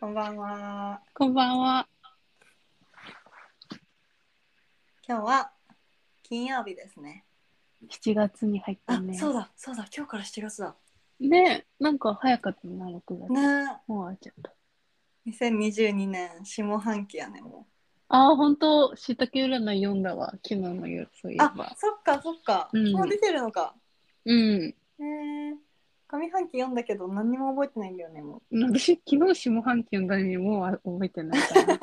こんばんは。こんばんは。今日は金曜日ですね。 7月に入ったあ、ね。そうだ、そうだ、今日から7月だ。ねなんか早かったな、6月。ねもう終わっちゃった。え、2022年下半期やね、も。ああ、ほんと、しいたけ占い読んだわ、昨日の夜、そういうえあば、。そっかそっか。うんもう出てるのか。うん。へえ上半期読んだけど何にも覚えてないんだよね、も私、昨日下半期読んだのにもうあ覚えてない から。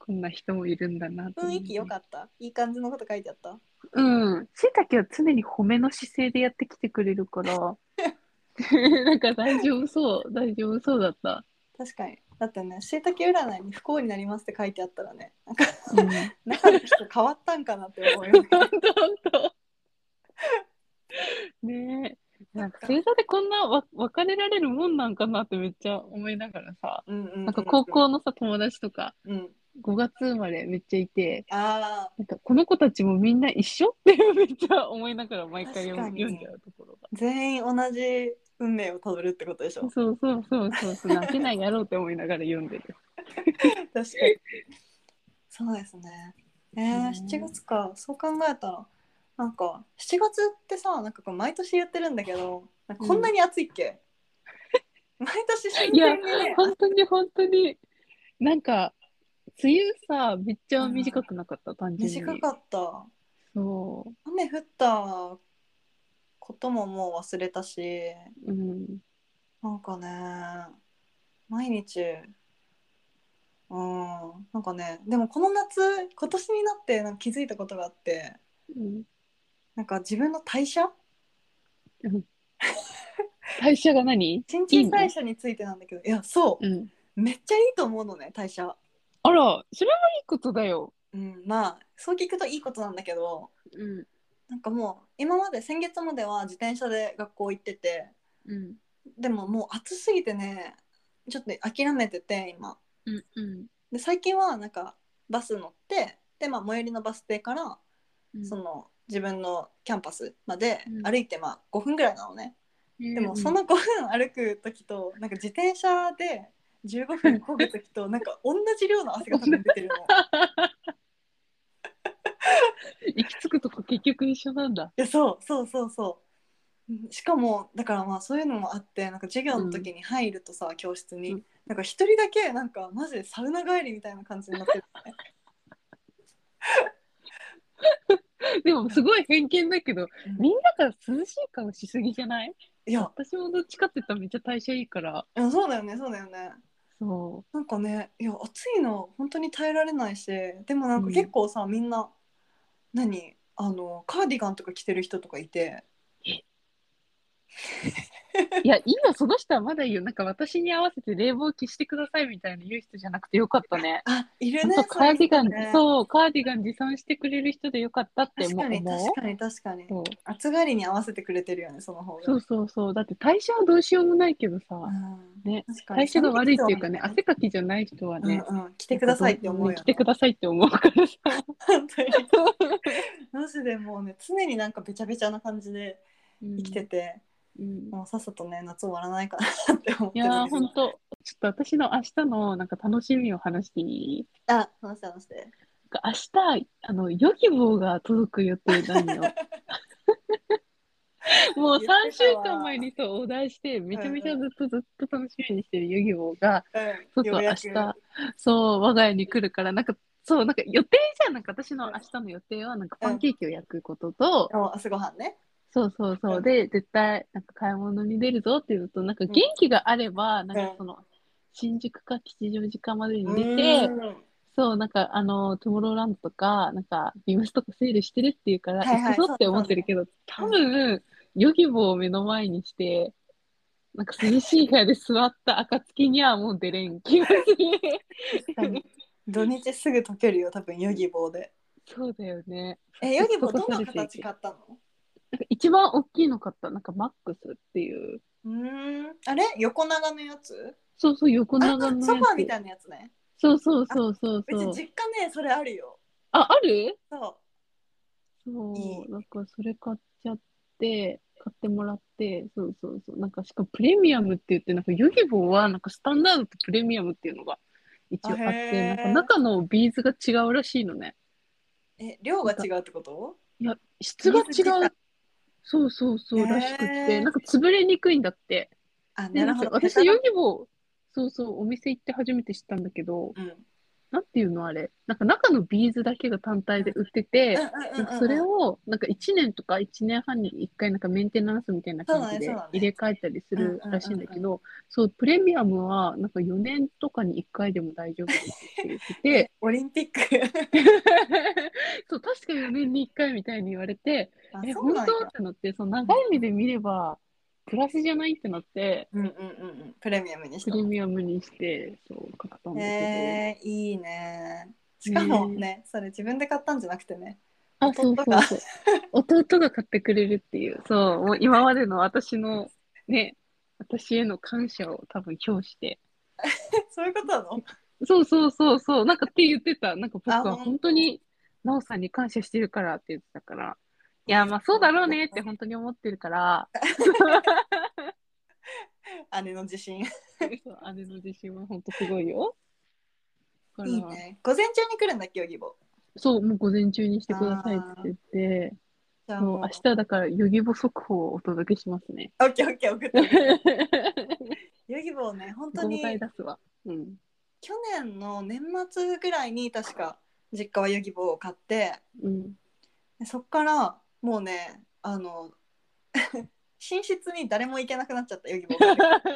こんな人もいるんだなう。雰囲気良っかった。いい感じのこと書いてあった。た。うん。しいたけは常に褒めの姿勢でやってきてくれる から。 なんか大丈夫そう、大丈夫そうだった。確かに。だってね、しいたけ占いに不幸になりますって書いてあったらね、なんかうん、中の人変わったんかなって思うよね。本当本当。ねえ。なんか星座でこんなわ別れられるもんなんかなってめっちゃ思いながらさ、うんうんうんうんなんか高。校のさ友達とかうん。 5月生まれめっちゃいて、ああ、なんかこの子たちもみんな一緒ってめっちゃ思いながら毎回読確かに読んじゃうところが。全員同じ運命をたどるってことでしょ。そうそうそうそうそう、泣けないやろうって思いながら読んでる。確かに。そうですね。えうー、ん7月か。そう考えたら、なんか、7月ってさ、なんかこう毎年言ってるんだけど、なんかこんなに暑いっけ、 毎年真いや剣にね、本当に本当に、なんか、梅雨さ、めっちゃ短くなかった、単純に。短かった。そ雨降ったことももう忘れたし、う。うん。なんかね、毎日、うん、なんかね、でもこの夏、今年になってなんか気づいたことがあって、うんなんか自分の代謝代謝が何新陳代謝についてなんだけどいやそうう、ん。めっちゃいいと思うのね代謝あら、それはいいことだよ。うんまあそう聞くといいことなんだけどうん。なんかもう今まで先月までは自転車で学校行っててうん。でももう暑すぎてねちょっと諦めてて今うん。うん。で最近はなんかバス乗ってで、まあ、最寄りのバス停からその自分のキャンパスまでうん歩いてまあ5分ぐらいなのね、うんでもその5分歩く時となんか自転車で15分漕ぐ時となんか同じ量の汗が多分出てるのい 行き着くとこ結局一緒なんだ。やそうそうそうそううんしかもだからまあそういうのもあってなんか授業の時に入るとさ、教室に、うんなんか一人だけなんかマジでサウナ帰りみたいな感じになってるのねでもすごい偏見だけど、うんみんなが涼しい顔しすぎじゃないいや私もどっちかって言ったらめっちゃ代謝いいから。いやそうだよねそうだよねそなんかねいや暑いの本当に耐えられないしでもなんか結構さ、みんな何あのカーディガンとか着てる人とかいてう。いや、いいよ、その人はまだいいよ。なんか私に合わせて冷房消してくださいみたいな言う人じゃなくてよかったね。あいる本ね当カーディガそういうン、人ねそう、カーディガン持参してくれる人でよかったって確もかうに思う確。かに確かにそう暑がりに合わせてくれてるよねその方がそうそうそう。だって代謝はどうしようもないけどさ、うんね確かに代謝が悪いっていうかね、寒汗かきじゃない人は気ね、うんうん、来てくださいって思うよ、ね、来てくださいって思うからさ。本当にマジでもうね常になんかべちゃべちゃな感じで生きてて、うんもうさっさとね夏終わらないかなって思っいてるんやだー、けどほんと、ちょっと私の明日のなんか楽しみを話していいあ話して話してなんか明日、あの、ヨギボーが届く予定な んよ。もう3週間前にそうお題して、めちゃめちゃずっとずっと楽しみにしてるヨギボーが、そううんそう、明よう日、そう、我が家に来るから、なんか、そう、なんか予定じゃん、なんか私の明日の予定は、なんかパンケーキを焼くことと、お朝ごはんねそうそうそうう、んで、絶対、なんか買い物に出るぞっていうのと、なんか元気があれば、なんかその、新宿か吉祥寺かまでに出て、うんそう、なんか、あの、トゥモローランドとか、なんか、ビームスとかセールしてるっていうかはら、いはい行くぞって思ってるけど、多分、ヨギボーを目の前にして、なんか涼しい部屋で座った暁にはもう出れん気がする。確かに土日すぐ溶けるよ多分ヨギボーで そうだよね。えヨギボーどんな形買ったのなんか一番大きいの買った、なんかマックスっていう。うーんあれ横長のやつそうそう、横あ長のやつ。ソファーみたいなやつねそうそうそうそううちそう実。家ねそれあるよあ、あるそそういいなんかそれ買っちゃって、買ってもらって、そうそうそう。なんかしかもプレミアムって言って、なんかヨギボーはなんかスタンダードとプレミアムっていうのが一応あっあて、へなんーか中のビーズが違うらしいのね。え、量が違うってこといや、質ビがーズ自違う体。そうそうそう、へーらしくって、なんか潰れにくいんだって。あ、でなるほど。んか私、ペタヨギボー、そうそう、お店行って初めて知ったんだけど、うん。なんていうのあれ、なんか中のビーズだけが単体で売ってて、うんうんうんうんそれをなんか1年とか1年半に1回なんかメンテナンスみたいな感そうだじでねそうだね入れ替えたりするらしいんだけど、そう、プレミアムはなんか4年とかに1回でも大丈夫ですって言って 、てオリンピック。そう、確か4年に1回みたいに言われて、あえ、そう本当なっんやてなって、その長い目で見ればプラスじゃないってなって、うんうんうんうん。プレミアムにしプたレ。ミアムにして、そう、買ったんだけど。えー、いいね。しかもね、それ自分で買ったんじゃなくてね。 あ、そう弟そうがそう。 弟が買ってくれるっていう、そう、もう今までの私のね、私への感謝を多分表して。そういうことなのそうそうそうそう、なんかって言ってた。なんか僕あは本当に奈緒さんに感謝してるからって言ってたから。いや、まあそうだろうねって本当に思ってるから、姉の自信。そう姉の自信は本当すごいよ。だからいいね。午前中に来るんだっけ、ヨギボー。そう、もう午前中にしてくださいって言って、じゃあももうう明。日だからヨギボ速報をお届けします ね。オッケーオッケー送って。ヨギボーね、本当豪に快出すわ。うん。去年の年末ぐらいに確か実家はヨギボーを買って、 うん。でそっからもうね、あの、 寝室に誰も行けなくなっちゃったヨギボーが。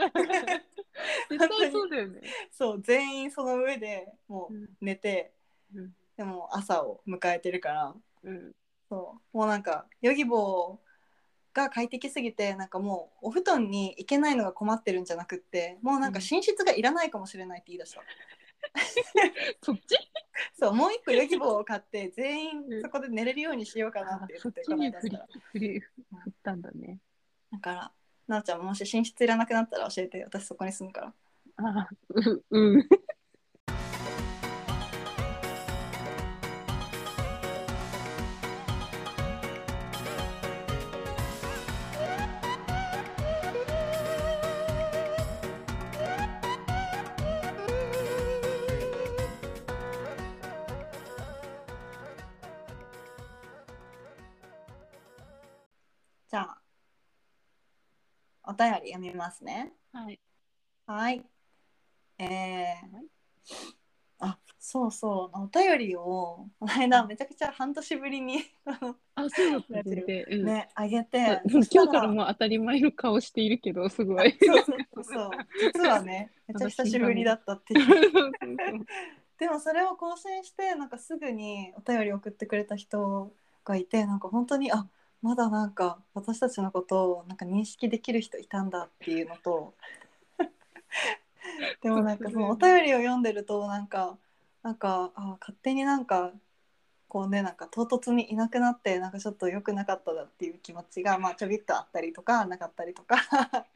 絶対そうだよね。そう、全員その上でもう寝て、うんでも朝を迎えてるからうん。そうもうなんかヨギボーが快適すぎてなんかもうお布団に行けないのが困ってるんじゃなくってもうなんか寝室がいらないかもしれないって言い出した、そっちそうもう一個ヨギボーを買って全員うんそこで寝れるようにしようかなって言ってそっちにこの間したら振り振ったんだね。だからなおちゃんももし寝室いらなくなったら教えて私そこに住むからああ、うんうん。じゃあお便り読みますねはい。はい。えーあそうそうお便りをこの間めちゃくちゃ半年ぶりにあのあ、そうだった。全然。うん。ねあげてあ今日からもう当たり前の顔しているけど、すご い。そうそうそうそう実はねめっちゃ久しぶりだったっていうでもそれを更新してなんかすぐにお便り送ってくれた人がいてなんか本当にあまだなんか私たちのことをなんか認識できる人いたんだっていうのとでもなんかそのお便りを読んでるとなんかなんかあ勝手になんかこうねなんか唐突にいなくなってなんかちょっと良くなかっただっていう気持ちがまあちょびっとあったりとかなかったりとか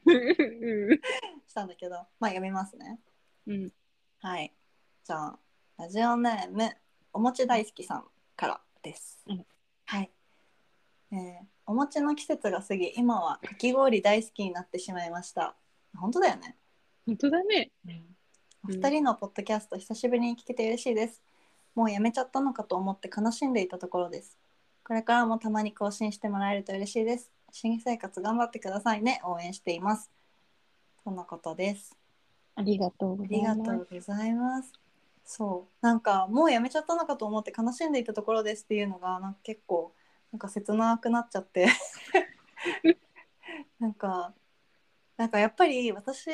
うんしたんだけどまあ読みますね。うん。はい。じゃあ、ラジオネーム、お餅大好きさんからです。うんはい。えーお餅の季節が過ぎ、今はかき氷大好きになってしまいました。本当だよね。本当だね。お二人のポッドキャスト、久しぶりに聞けて嬉しいです。もうやめちゃったのかと思って悲しんでいたところです。これからもたまに更新してもらえると嬉しいです。新生活頑張ってくださいね。応援しています。とのことです。ありがとうごあざりいまがす。とうございます。そうなんかもうやめちゃったのかと思って悲しんでいたところですっていうのがなんか結構なんか切なくなっちゃって なんかなんかやっぱり私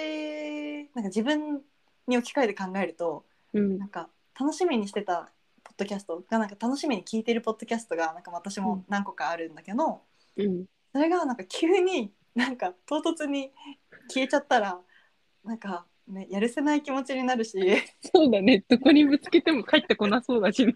なんか自分に置き換えて考えるとうんなんか楽しみにしてたポッドキャストがなんか楽しみに聞いてるポッドキャストがなんか私も何個かあるんだけど、うん。それがなんか急に なんか唐突に消えちゃったらなんか、ね、やるせない気持ちになるしそうだね。どこにぶつけても帰ってこなそうだしね。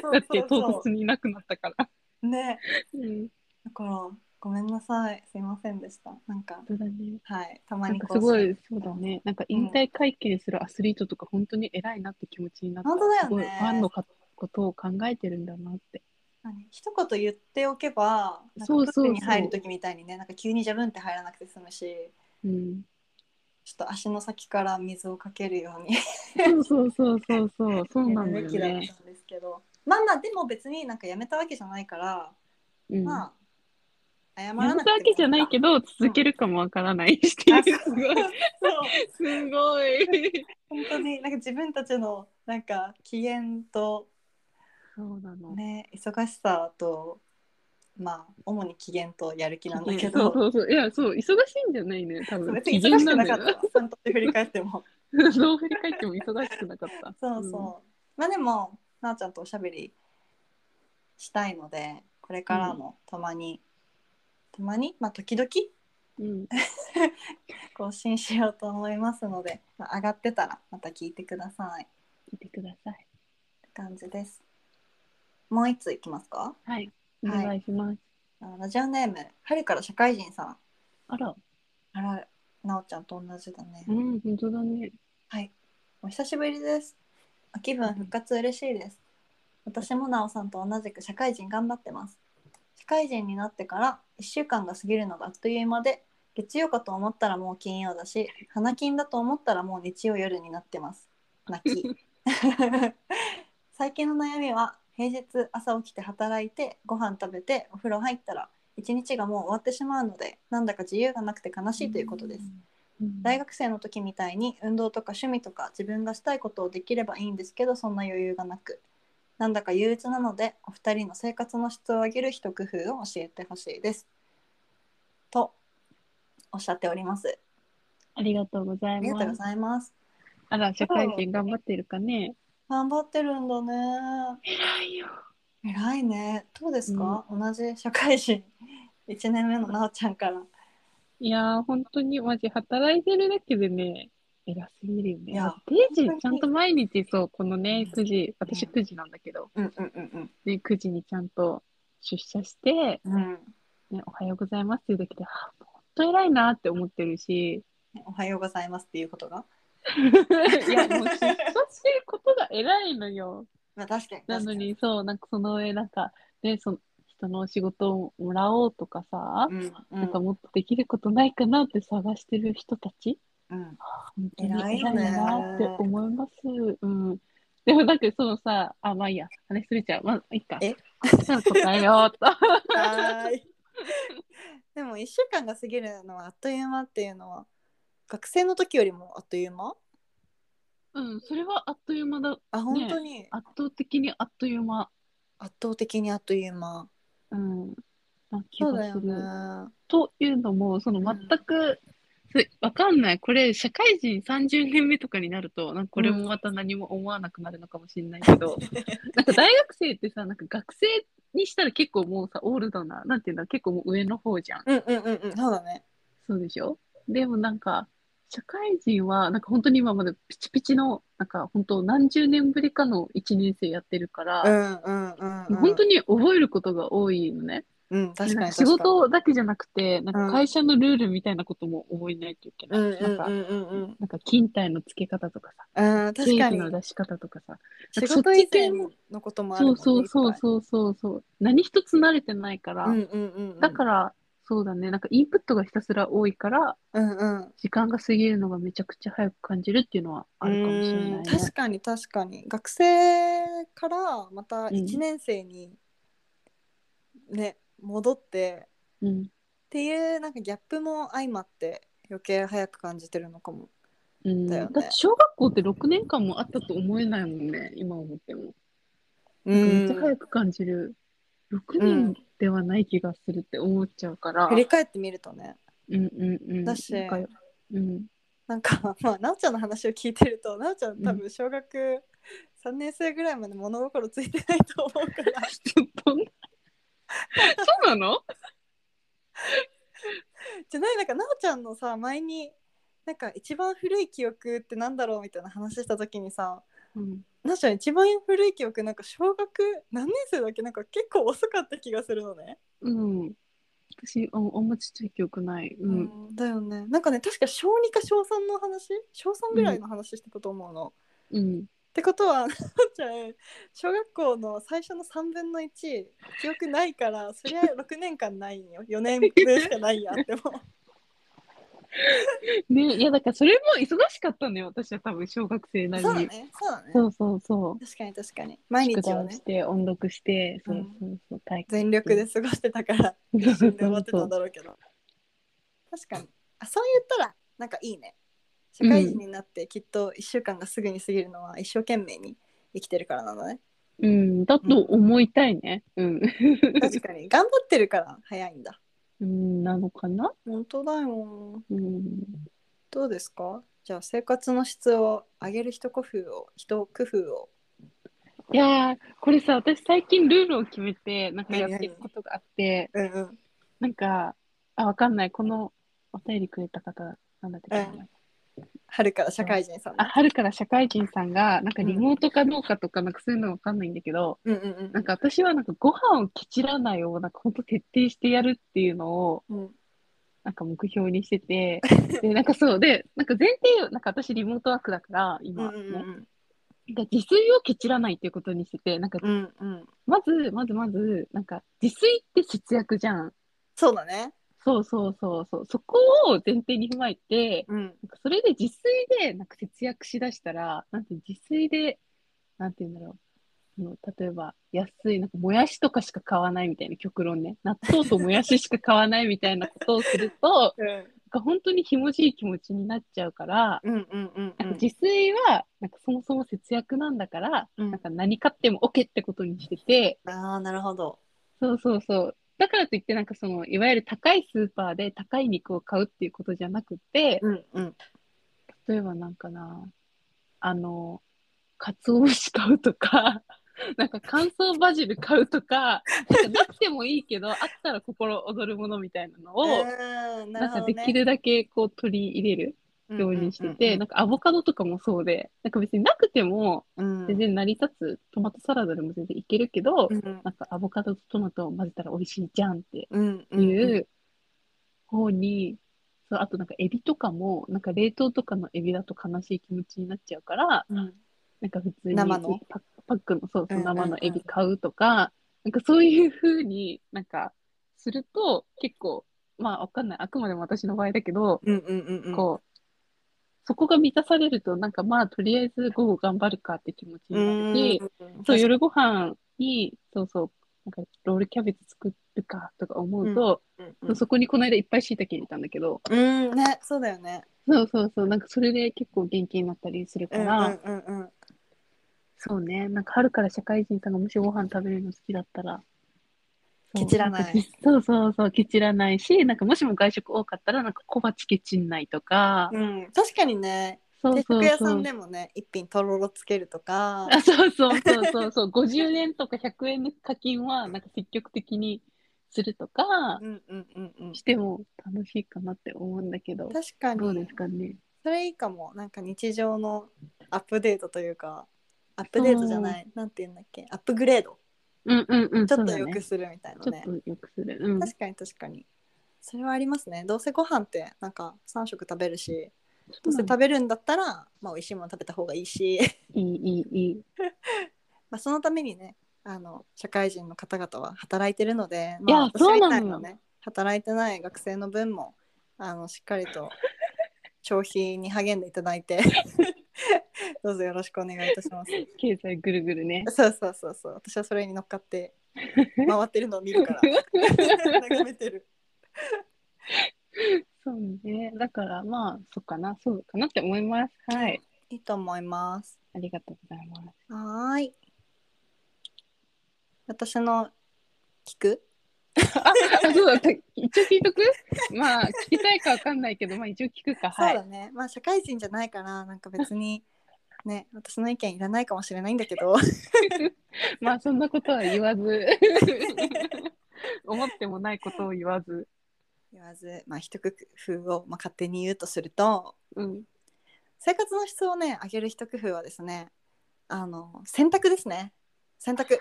だって 唐突うにいなくなったから。ねうん。だからごめんなさいすいませんでしたなんかそうだね。はいたまなんにかこすうごい、そうだね。なんか引退会見するアスリートとか、本当に偉いなって気持ちになった。本当だよねすごいファンのかことを考えてるんだなって。何一言言っておけばなんかそうプそうそうールに入る時みたいにねなんか急にジャブンって入らなくて済むし うん、ちょっと足の先から水をかけるようにそうそうそうそうそうそうやなんだるべよきだったんね。ですけどまあまあでも別になんかやめたわけじゃないから、うんまあ謝らなやめくてたもわけじゃないけど続けるかもわからないしっていあうそうすごいそうすごい本当になんか自分たちのなんか機嫌とそうなの。ね忙しさとまあ主に機嫌とやる気なんだいけやそうどそうそういやそう忙しいんじゃないね多分別に忙機し嫌くななんかだっよ たわちゃんと振り返ってもどう振り返っても忙しくなかった。そうそう、まあでもなあちゃんとおしゃべりしたいのでこれからもたまに、たまにまあ時々うん。うん。更新しようと思いますので、まあ、上がってたらまた聞いてくださいっ見てください。て感じですもう一ついきますかはい。おはい願いします。あラジオネーム春から社会人さんあら。あら、なおちゃんと同じだね。うん、本当だね。はい。お久しぶりです。お気分復活嬉しいです。私もなおさんと同じく社会人頑張ってます。社会人になってから1週間が過ぎるのがあっという間で、月曜かと思ったらもう金曜だし、花金だと思ったらもう日曜夜になってます。泣き。 最近の悩みは、平日朝起きて働いて、ご飯食べて、お風呂入ったら、一日がもう終わってしまうので、なんだか自由がなくて悲しいということです。うん。大学生の時みたいに運動とか趣味とか自分がしたいことをできればいいんですけどそんな余裕がなくなんだか憂鬱なのでお二人の生活の質を上げる一工夫を教えてほしいですとおっしゃっておりますありがとうござあいりがとうまごす。ざいますあら、社会人頑張ってるかね。頑張ってるんだね偉いよ。偉いねどうですか、同じ社会人1年目のなおちゃんからいやー、本当にマジ働いてるだけでね、偉すぎるよね。いや定時本当にちゃんと毎日そう、このね、うん9時、私9時なんだけど、うんうんうんね、9時にちゃんと出社して、うんうんね、おはようございますっていうだけで、あー本当偉いなって思ってるし、 おはようございますっていうことが、いや、もう出社してることが偉いのよ。まあ、確かに確かなのに、そう、なんかその上、なんか、ね、その人のお仕事をもらおうとかさ、うんうなんかんもっとできることないかなって探してる人たち、うん本当に偉偉いいなよねって思います。うん。でもだってそのさ、あ、まあいいや、話すれちゃう。まあいいか。えじゃあ答えようと。 はーい。 でも1週間が過ぎるのはあっという間っていうのは学生の時よりもあっという間うん、それはあっという間だ。あ本当に圧倒的にあっという間。圧倒的にあっという間うん。な気そうだがすよる。ねというのも、その全く、それわかんない。これ、社会人30年目とかになると、なんかこれもまた何も思わなくなるのかもしれないけど、なんか大学生ってさ、なんか学生にしたら結構もうさ、オールドな、なんていうんだ、結構もう上の方じゃん。うんうんうんうんそうだねそうでしょでもなんか、社会人は、なんか本当に今までピチピチの、なんか本当何十年ぶりかの1年生やってるから、うんうんうん、うん、本当に覚えることが多いのね。うん確かなんにか確仕かに事だけじゃなくて、なんか会社のルールみたいなことも覚えないといけない。うんうなんんかうんうんうんなんか勤怠の付け方とかさ、うん経確か費にの出し方とかさ、仕事以前のこともあるそもんうねそいうそうっそうそうそう、何一つ慣れてないから、ぱいうんうんうんうんだから、そうだね、なんかインプットがひたすら多いから、うんうん時間が過ぎるのがめちゃくちゃ早く感じるっていうのはあるかもしれうないんね。確かに確かに学生からまた1年生に、ね戻ってうんっていうなんかギャップも相まって余計早く感じてるのかもうんだだよっねて小学校って6年間もあったと思えないもんね、今思っても。めっちゃうん早く感じる。6うん年ではない気がするって思っちゃうから。振り返ってみるとねうんうんうん。だしなんかうん、 なんか まあなおちゃんの話を聞いてるとなおちゃん多分小学3年生ぐらいまで物心ついてないと思うから ちょっと。そうなのじゃないなんかなおちゃんのさ前になんか一番古い記憶ってなんだろうみたいな話した時にさうん。なっちゃん一番古い記憶なんか小学何年生だっけなんか結構遅かった気がするのね。うん。私、ああんまちっちゃい記憶ない。うん。うんだよねなんかね確か小2か小3の話小3ぐらいの話してたと思うの。うん。ってことは、な おちゃん、小学校の最初の3分の1、記憶ないから、そりゃ6年間ないんよ。4年分しかないやっても。 ね、いやだからそれも忙しかったのよ、私は多分小学生なりそうだに。ね。そうだね。そうそうそう。確かに確かに。毎日宿題ををねし、て、音読して、そううんそうそう、体全力で過ごしてたから、一瞬で終わ って たんだろうけど。確かに。あ、そう言ったら、なんかいいね。社会人になって、きっと1週間がすぐに過ぎるのは、一生懸命に生きてるからなのね。うん、だと思いたいね。うん。確かに。頑張ってるから早いんだ。うん、なのかな本当だよ。うん。どうですかじゃあ生活の質を上げる一工夫を一工夫をいやー、これさ、私最近ルールを決めて、なんかやってることがあって、うんうんなんか、あ、わかんない。このお便りくれた方、なんだったっけうん春から社会人さんあ、だ春から社会人さんが、なんかリモートかどうかとか、なんかそういうのわかんないんだけど、うんうんなんか私はなんかご飯をケチらないようなんかほんと徹底してやるっていうのを、うんうんなんか目標にしてて、で、なんかそう、で、なんか前提、なんか私リモートワークだから、うん今うね、んなんか自炊をケチらないっていうことにしてて、なんかうんうんまず、まずまず、なんか自炊って節約じゃん。そうだねそうそうそうそう。そこを前提に踏まえて、うんなんかそれで自炊でなんか節約しだしたら、なんて自炊で、なんて言うんだろう。もう例えば安いなんかもやしとかしか買わないみたいな極論ね納豆ともやししか買わない みたいなことをするとなんうんか本当にひもじい気持ちになっちゃうから、うんうんうんなんか自炊はなんかそもそも節約なんだから、うんなんか何買っても OK ってことにしてて、ああなるほどそうそうそう。だからといって、なんかその、いわゆる高いスーパーで高い肉を買うっていうことじゃなくて、うんうん例えばなんかな、あの、かつお節買うとか、 なんか乾燥バジル買うとか、なんかなくてもいいけど、あったら心躍るものみたいなのを、うんななるんほかどでねきるだけこう取り入れるようにしてて、なんかアボカドとかもそうで、なんか別になくてもうんうん全然成り立つトマトサラダでも全然いけるけど、うんなんかアボカドとトマトを混ぜたら美味しいじゃんってうんうんいう方に、そうあとなんかエビとかもなんか冷凍とかのエビだと悲しい気持ちになっちゃうからうんなんか普通に生のパッパックのそうそううんうんうん生のエビ買うとか、なんかそういう風になんかすると結構まあわかんないあくまでも私の場合だけど、うんうんうんうんこうそこが満たされるとなんかまあとりあえず午後頑張るかって気持ちになるし、うんそう夜ご飯にそうそうなんかロールキャベツ作るかとか思うと、うんそうそこにこの間いっぱい椎茸入れたんだけどうんねそうだよねそうそうそうなんかそれで結構元気になったりするうかんうら、んうんうんそうねなんか春から社会人さんがもしご飯食べるの好きだったらそケうチらないんかそうそうそうケチらないしなんかもしも外食多かったらなんか小鉢ケチんないとか、うん確かにねそう定そうそう食屋さんでもね一品とろろつけると かあそうそうそうそうそう50円とか100円の課金はなんか積極的にするとか、うんうんうんうんしても楽しいかなって思うんだけど、確かどうでにすかね。それいいかもなんか日常のアップデートというかアップデートじゃないなんて言うんだっけアップグレードうんうんうん、ちょそっうとだ良くね。するみたいなちょねっとよくする。うん。確かに確かにそれはありますねどうせご飯ってなんか3食食べるしどうせ食べるんだったら、まあ、美味しいもの食べた方がいいし いいいいいい。まあそのためにねあの社会人の方々は働いてるので、いやまあ、そうなの私よみたいね働いてない学生の分もあのしっかり と消費に励んでいただいて どうぞよろしくお願いいたし ます。経済ぐるぐるね。そうそうそうそう私はそれに乗っかって回ってるのを見るから眺めてる。 そうね。だからまあそうかな、そうかなって思います。はい。いいと思います。ありがとうござい ます。はーい。私の聞くあ、そうだった。一応聞いとく？まあ聞きたいかわかんないけど、まあ一応聞くか。はそうい。だね。まあ社会人じゃないからなんか別にね私の意見いらないかもしれないんだけどまあそんなことは言わず。思ってもないことを言わず。言わずまあ一工夫をまあ勝手に言うとするとうん。生活の質をね上げる一工夫はですねあの洗濯ですね洗濯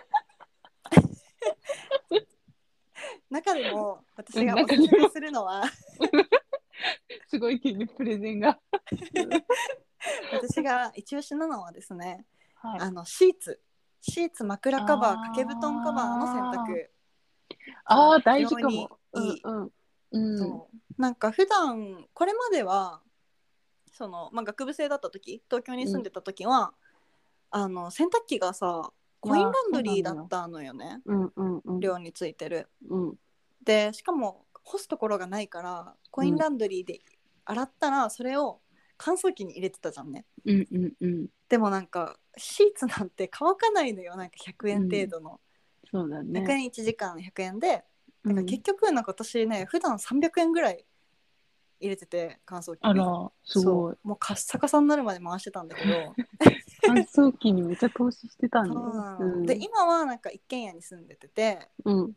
中でも私がおすすめするのはすごい急にプレゼンが。私が一押しなのはですねはいあのシーツシーツ枕カバー掛け布団カバーの洗濯ああ、大事かも。非常うにいんいうん。うん、そうなんか普段これまではその、まあ、学部生だった時東京に住んでた時は、あの洗濯機がさコインランドリーだったのよねうんうんうん。寮についてる。うんでしかも干すところがないからコインランドリーで洗ったらそれを乾燥機に入れてたじゃんね。うんうんうん。でもなんかシーツなんて乾かないのよなんか100円程度の、そうだ100ね。円1時間100円でなんかうん結局なんか私ね普段300円ぐらい入れてて乾燥機にあら、すごいそ。うもうカッサカサになるまで回してたんだけど乾燥機にめっちゃ投資してたんそだうよな。ので今はなんか一軒家に住んでててうん。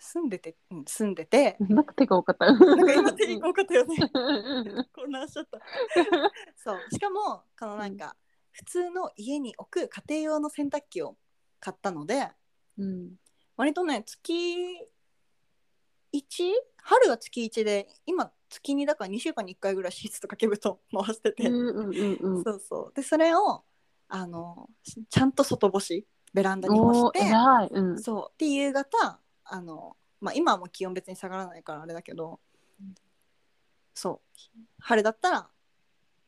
住んでて、うん、住んでてなんか手が多かった。ななんんか今手に多かったよね うん混乱しちゃったそうしかもこのなんか普通の家に置く家庭用の洗濯機を買ったのでうん。割とね月 1? 春は月1で今月2だから2週間に1回ぐらいシーツと掛け布団回してて、うんうんうんうん。そうそうでそれをあのしちゃんと外干しベランダに干おしお、て偉い。うん。そうで夕方あの、まあ、今はもう気温別に下がらないからあれだけど、そう春だったら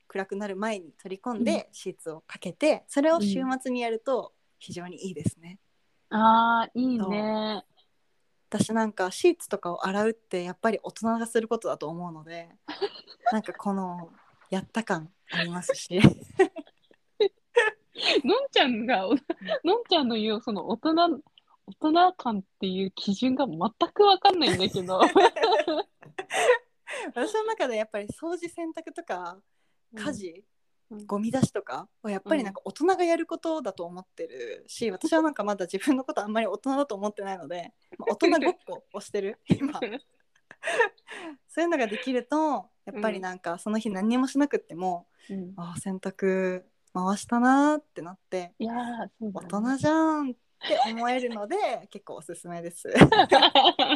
暗くなる前に取り込んでシーツをかけて、それを週末にやると非常にいいですね。ああ、いいね。私なんかシーツとかを洗うってやっぱり大人がすることだと思うの でなんかこのやった感あります しのんちゃんが、おのんちゃんの言う、その大人、大人感っていう基準が全くわかんないんだけど。私の中でやっぱり掃除洗濯とか家事、うんゴミ出しとかはやっぱりなんか大人がやることだと思ってるし、私はなんかまだ自分のことあんまり大人だと思ってないので、まあ、大人ごっこをして る今そういうのができるとやっぱりなんかその日何にもしなくっても、うんああ洗濯回したなーってなっていやー、そう大だね人じゃんって思えるので結構おすすめです。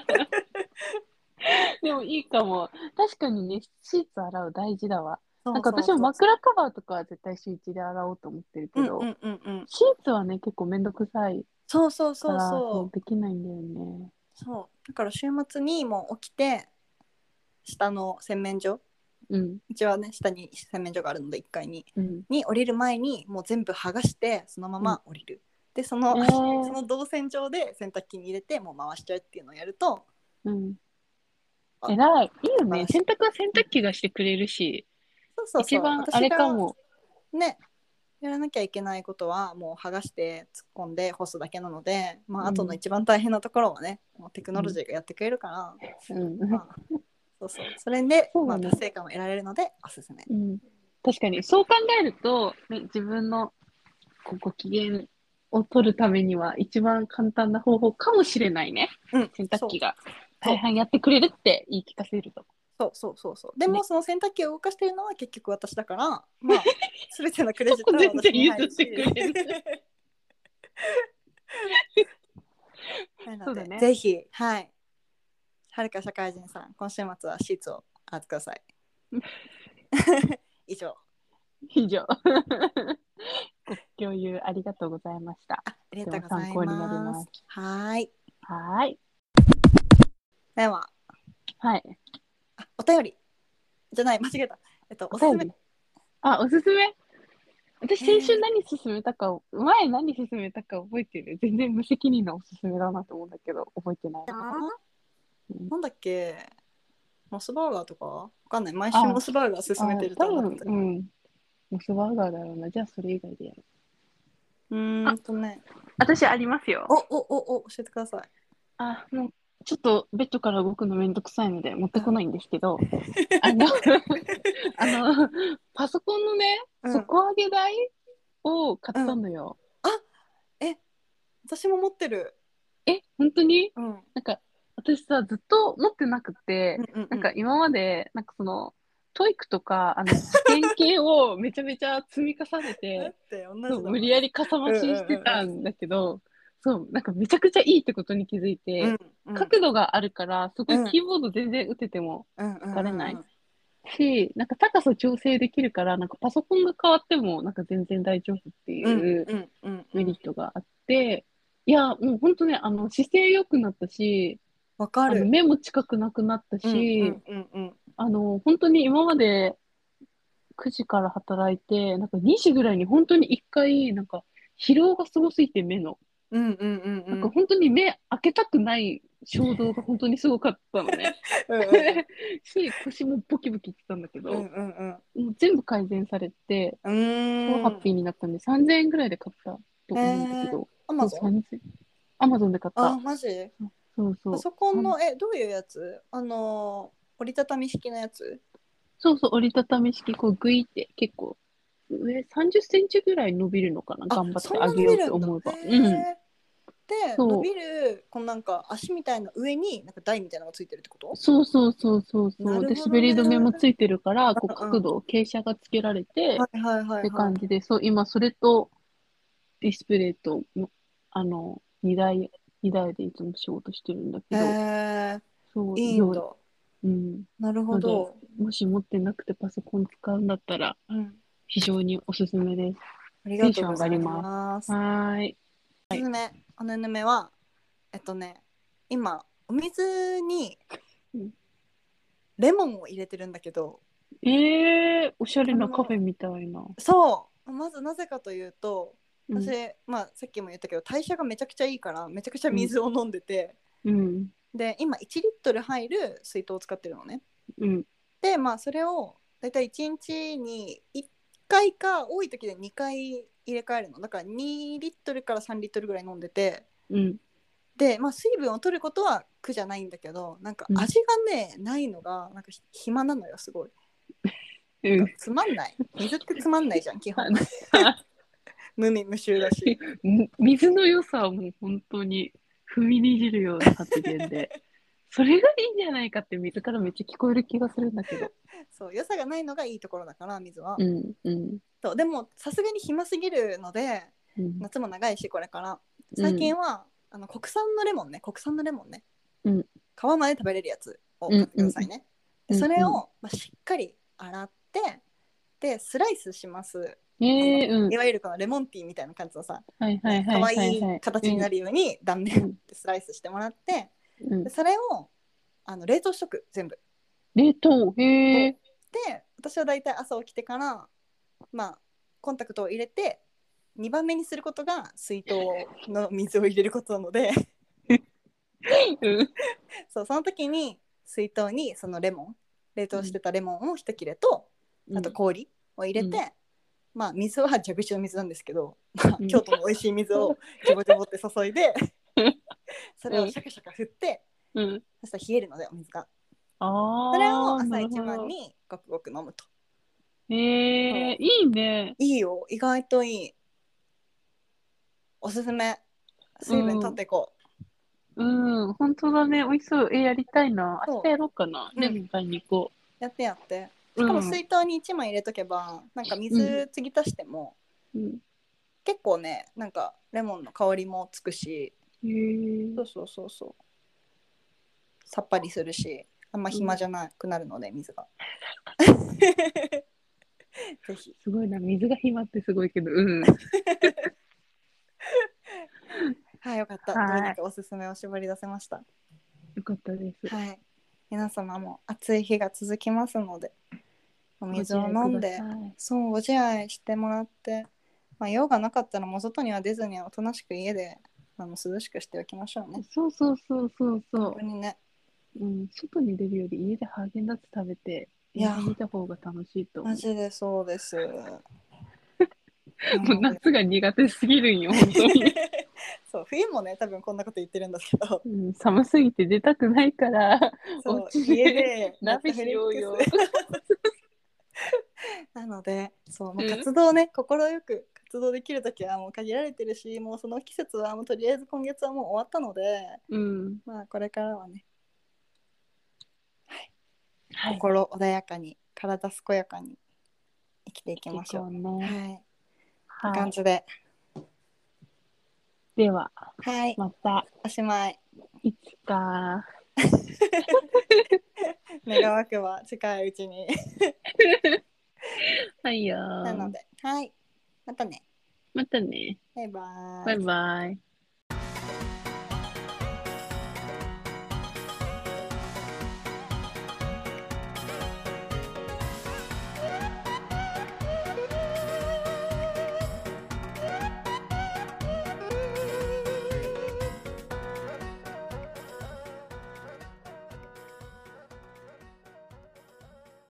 でもいいかも。確かにね、シーツ洗う大事だわ。ななんか私も枕カバーとかは絶対週一で洗おうと思ってるけうんど、うんうんうんシーツはね、結構めんどくさいそうそうかそうら、そうできないんだよね。そうだから週末にもう起きて下の洗面所うん。うちはね下に洗面所があるので1階にうん。に降りる前にもう全部剥がしてそのまま降りる、でその、えーその動線上で洗濯機に入れてもう回しちゃうっていうのをやるとうん。あえらい。いいよね。素晴洗濯は洗濯機がしてくれるし、そうそうそう一番あれかも。ねやらなきゃいけないことはもう剥がして突っ込んで干すだけなので、まあうん後の一番大変なところはね、もうテクノロジーがやってくれるから、うん。まあ、そうそうそれで、そうまだあ、ね達成感を得られるのでおすすめ。うん、確かに、そう考えると、ね、自分のこうご機嫌を取るためには、一番簡単な方法かもしれないね。うん、洗濯機がそう大半やってくれるって言い聞かせると。そうそうそうそうでも、ねその洗濯機を動かしてるのは結局私だから、 まあ、全てのクレジットはそこ全私然に入るし譲ってくれなのそうで、だねぜひはいはるか社会人さん今週末はシーツを洗ってくだ さい以上以上。ご共有ありがとうございました。ありがとうございますでも参考になりますはーいはーい。でははい。あお便りじゃない間違えたえっとおすすおめ便りあ、おすすめ私、えー先週何勧めたかを、前何勧めたか覚えてる全然無責任なおすすめだなと思うんだけど、覚えてない。うんなんだっけモスバーガーとかわかんない毎週モスバーガー進めてるとあ多思う分、うん。モスバーガーだろうな。じゃあ、それ以外でやる。うーんとね私、ありますよお。おおお教えてください。あ、もう、ちょっとベッドから動くのめんどくさいので、持ってこないんですけ ど、あの、 あの、パソコンのね、うん底上げ台を買ったのよ。え私も持ってる。え、本当にうん。うんなんか、私さ、ずっと持ってなくて、うんなんか今まで、なんかその、トイックとか、あの、試験系をめちゃめちゃ積み重ね だて、って同じそだうもん無理やりかさ増ししてたんだけど、そう、なんかめちゃくちゃいいってことに気づいて、うんうん角度があるから、すごうんいキーボード全然打てても、うんうんうん疲れないし、なんか高さ調整できるから、なんかパソコンが変わっても、なんか全然大丈夫っていうんううんうんうメリんットがあって、いや、もう本当ね、あの、姿勢良くなったし、わかあのる目も近くなくなったし、うんうんうんあの、本当に今まで9時から働いて、なんか2時ぐらいに本当に1回、なんか疲労がすごすぎて目の、うんうんうんうんなんか本当に目開けたくない衝動が本当にすごかったのね。うんうん し、腰もボキボキってたんだけど、うんうんうんもう全部改善されて、うーんもうハッピーになったんで、3000円ぐらいで買ったと思うんだけど、アマゾンアマゾンで買っあた。マジそうそうパ。ソコンのえどういうやつあの折りたたみ式のやつそうそう、折りたたみ式、こう、グイって結構、上30センチぐらい伸びるのかな、あ頑張ってそんなあ伸げびよるうだんと思えば。へうーん。でそう伸びるこのなんか足みたいな上になんか台みたいなのがついてるってことそうそうそうそうそう、なるほどねで、滑り止めもついてるから、こう、うんうん角度、傾斜がつけられて、はいはいはい、はい、って感じで、そう、今、それと、ディスプレイと、もあの、2台、二台でいつも仕事してるんだけへど、えそう、いいんだよううん。なるほど、もし持ってなくてパソコン使うんだったら、うん、非常におすすめでありがとうございテンション上がりますす。はーい。おすすめおぬぬめはえっとね今お水にうんレモンを入れてるんだけどえー、おしゃれなカフェみたいな。そうまずなぜかというとうん私、まあ、さっきも言ったけど代謝がめちゃくちゃいいからめちゃくちゃ水を飲んでて、うん。で今1リットル入る水筒を使ってるのねうん。でまあそれをだいたい1日に1回か多い時で2回入れ替えるのだから2リットルから3リットルぐらい飲んでてうん。で、まあ、水分を取ることは苦じゃないんだけどなんかうん味がね、ないのがなんかひ暇なのよすごいうん。つまんない水ってつまんないじゃん基本無味無臭だしみ 水の良さをもう本当に踏みにじるような発言で、 それがいいんじゃないかって水からめっちゃ聞こえる気がするんだけど。そう良さがないのがいいところだから水は、うん。うん。そうでもさすがに暇すぎるのでうん。夏も長いしこれから最近は、あの国産のレモンね国産のレモンね、うん皮まで食べれるやつを買ってくださいね、うんうでんそれを、うんまあ、しっかり洗ってでスライスしますえー、うんい。わゆるこのレモンティーみたいな感じのさはいは可愛、、いはいはいはい形になるように断面ってスライスしてもらって、うんうんでそれをあの冷凍しとく全部冷凍。へえ。で私はだいたい朝起きてからまあコンタクトを入れて2番目にすることが水筒の水を入れることなので うんそうその時に水筒にそのレモン冷凍してたレモンを一切れと、あと氷を入れて、うまあ水は蛇口の水なんですけど、まあうん京都の美味しい水をジョボジョボって注いで それをシャカシャカ振ってうん。そしたら冷えるのでお水がああ。それを朝なる一ほど番にごくごく飲むとへえ、いいね。いいよ意外といいおすすめ水分取っていこうん、本当だね。美味しそう。え、やりたいな。そう明日やろうかな。うんレモン買いに行こう、やってやってう。しかうもん。水筒に1枚入れとけばなんかう水継ぎ足しても、うん結構ねなんかレモンの香りもつくしへえそうそうそうそうさっぱりするしあんま暇じゃなくなるので、水 がぜひすごいな。水が暇ってすごいけど。うん。はいよかった、はいどうにかおすすめを絞り出せましたよかったです。はい皆様も暑い日が続きますのでお水をご自飲愛んくだでさい。そうご自愛してもらって、まあ、用がなかったらもう外には出ずにおとなしく家であの涼しくしておきましょうね。そうそうそうそう本そ当にねう。うん、外に出るより家でハーゲンダッツ食べて、いや家で見た方が楽しいと思マう。ジでそうです。もう 夏が苦手すぎるんよ、本当に。 そう冬もね多分こんなこと言ってるんだけ どうん、寒すぎて出たくないから、そうお家で家で鍋しようよ。なのでそう、まうあ、ん活動ね心よく活動できる時はもう限られてるしもうその季節はもうとりあえず今月はもう終わったので うん。まあこれからはねはい。心穏やかに体健やかに生きていきましょう。結は構い、ね。は感い。じで、では、はい、また、おしまい。いつか。願わくば近いうちにはいよーなのではいまたねまたね。バイバーイバイバイ。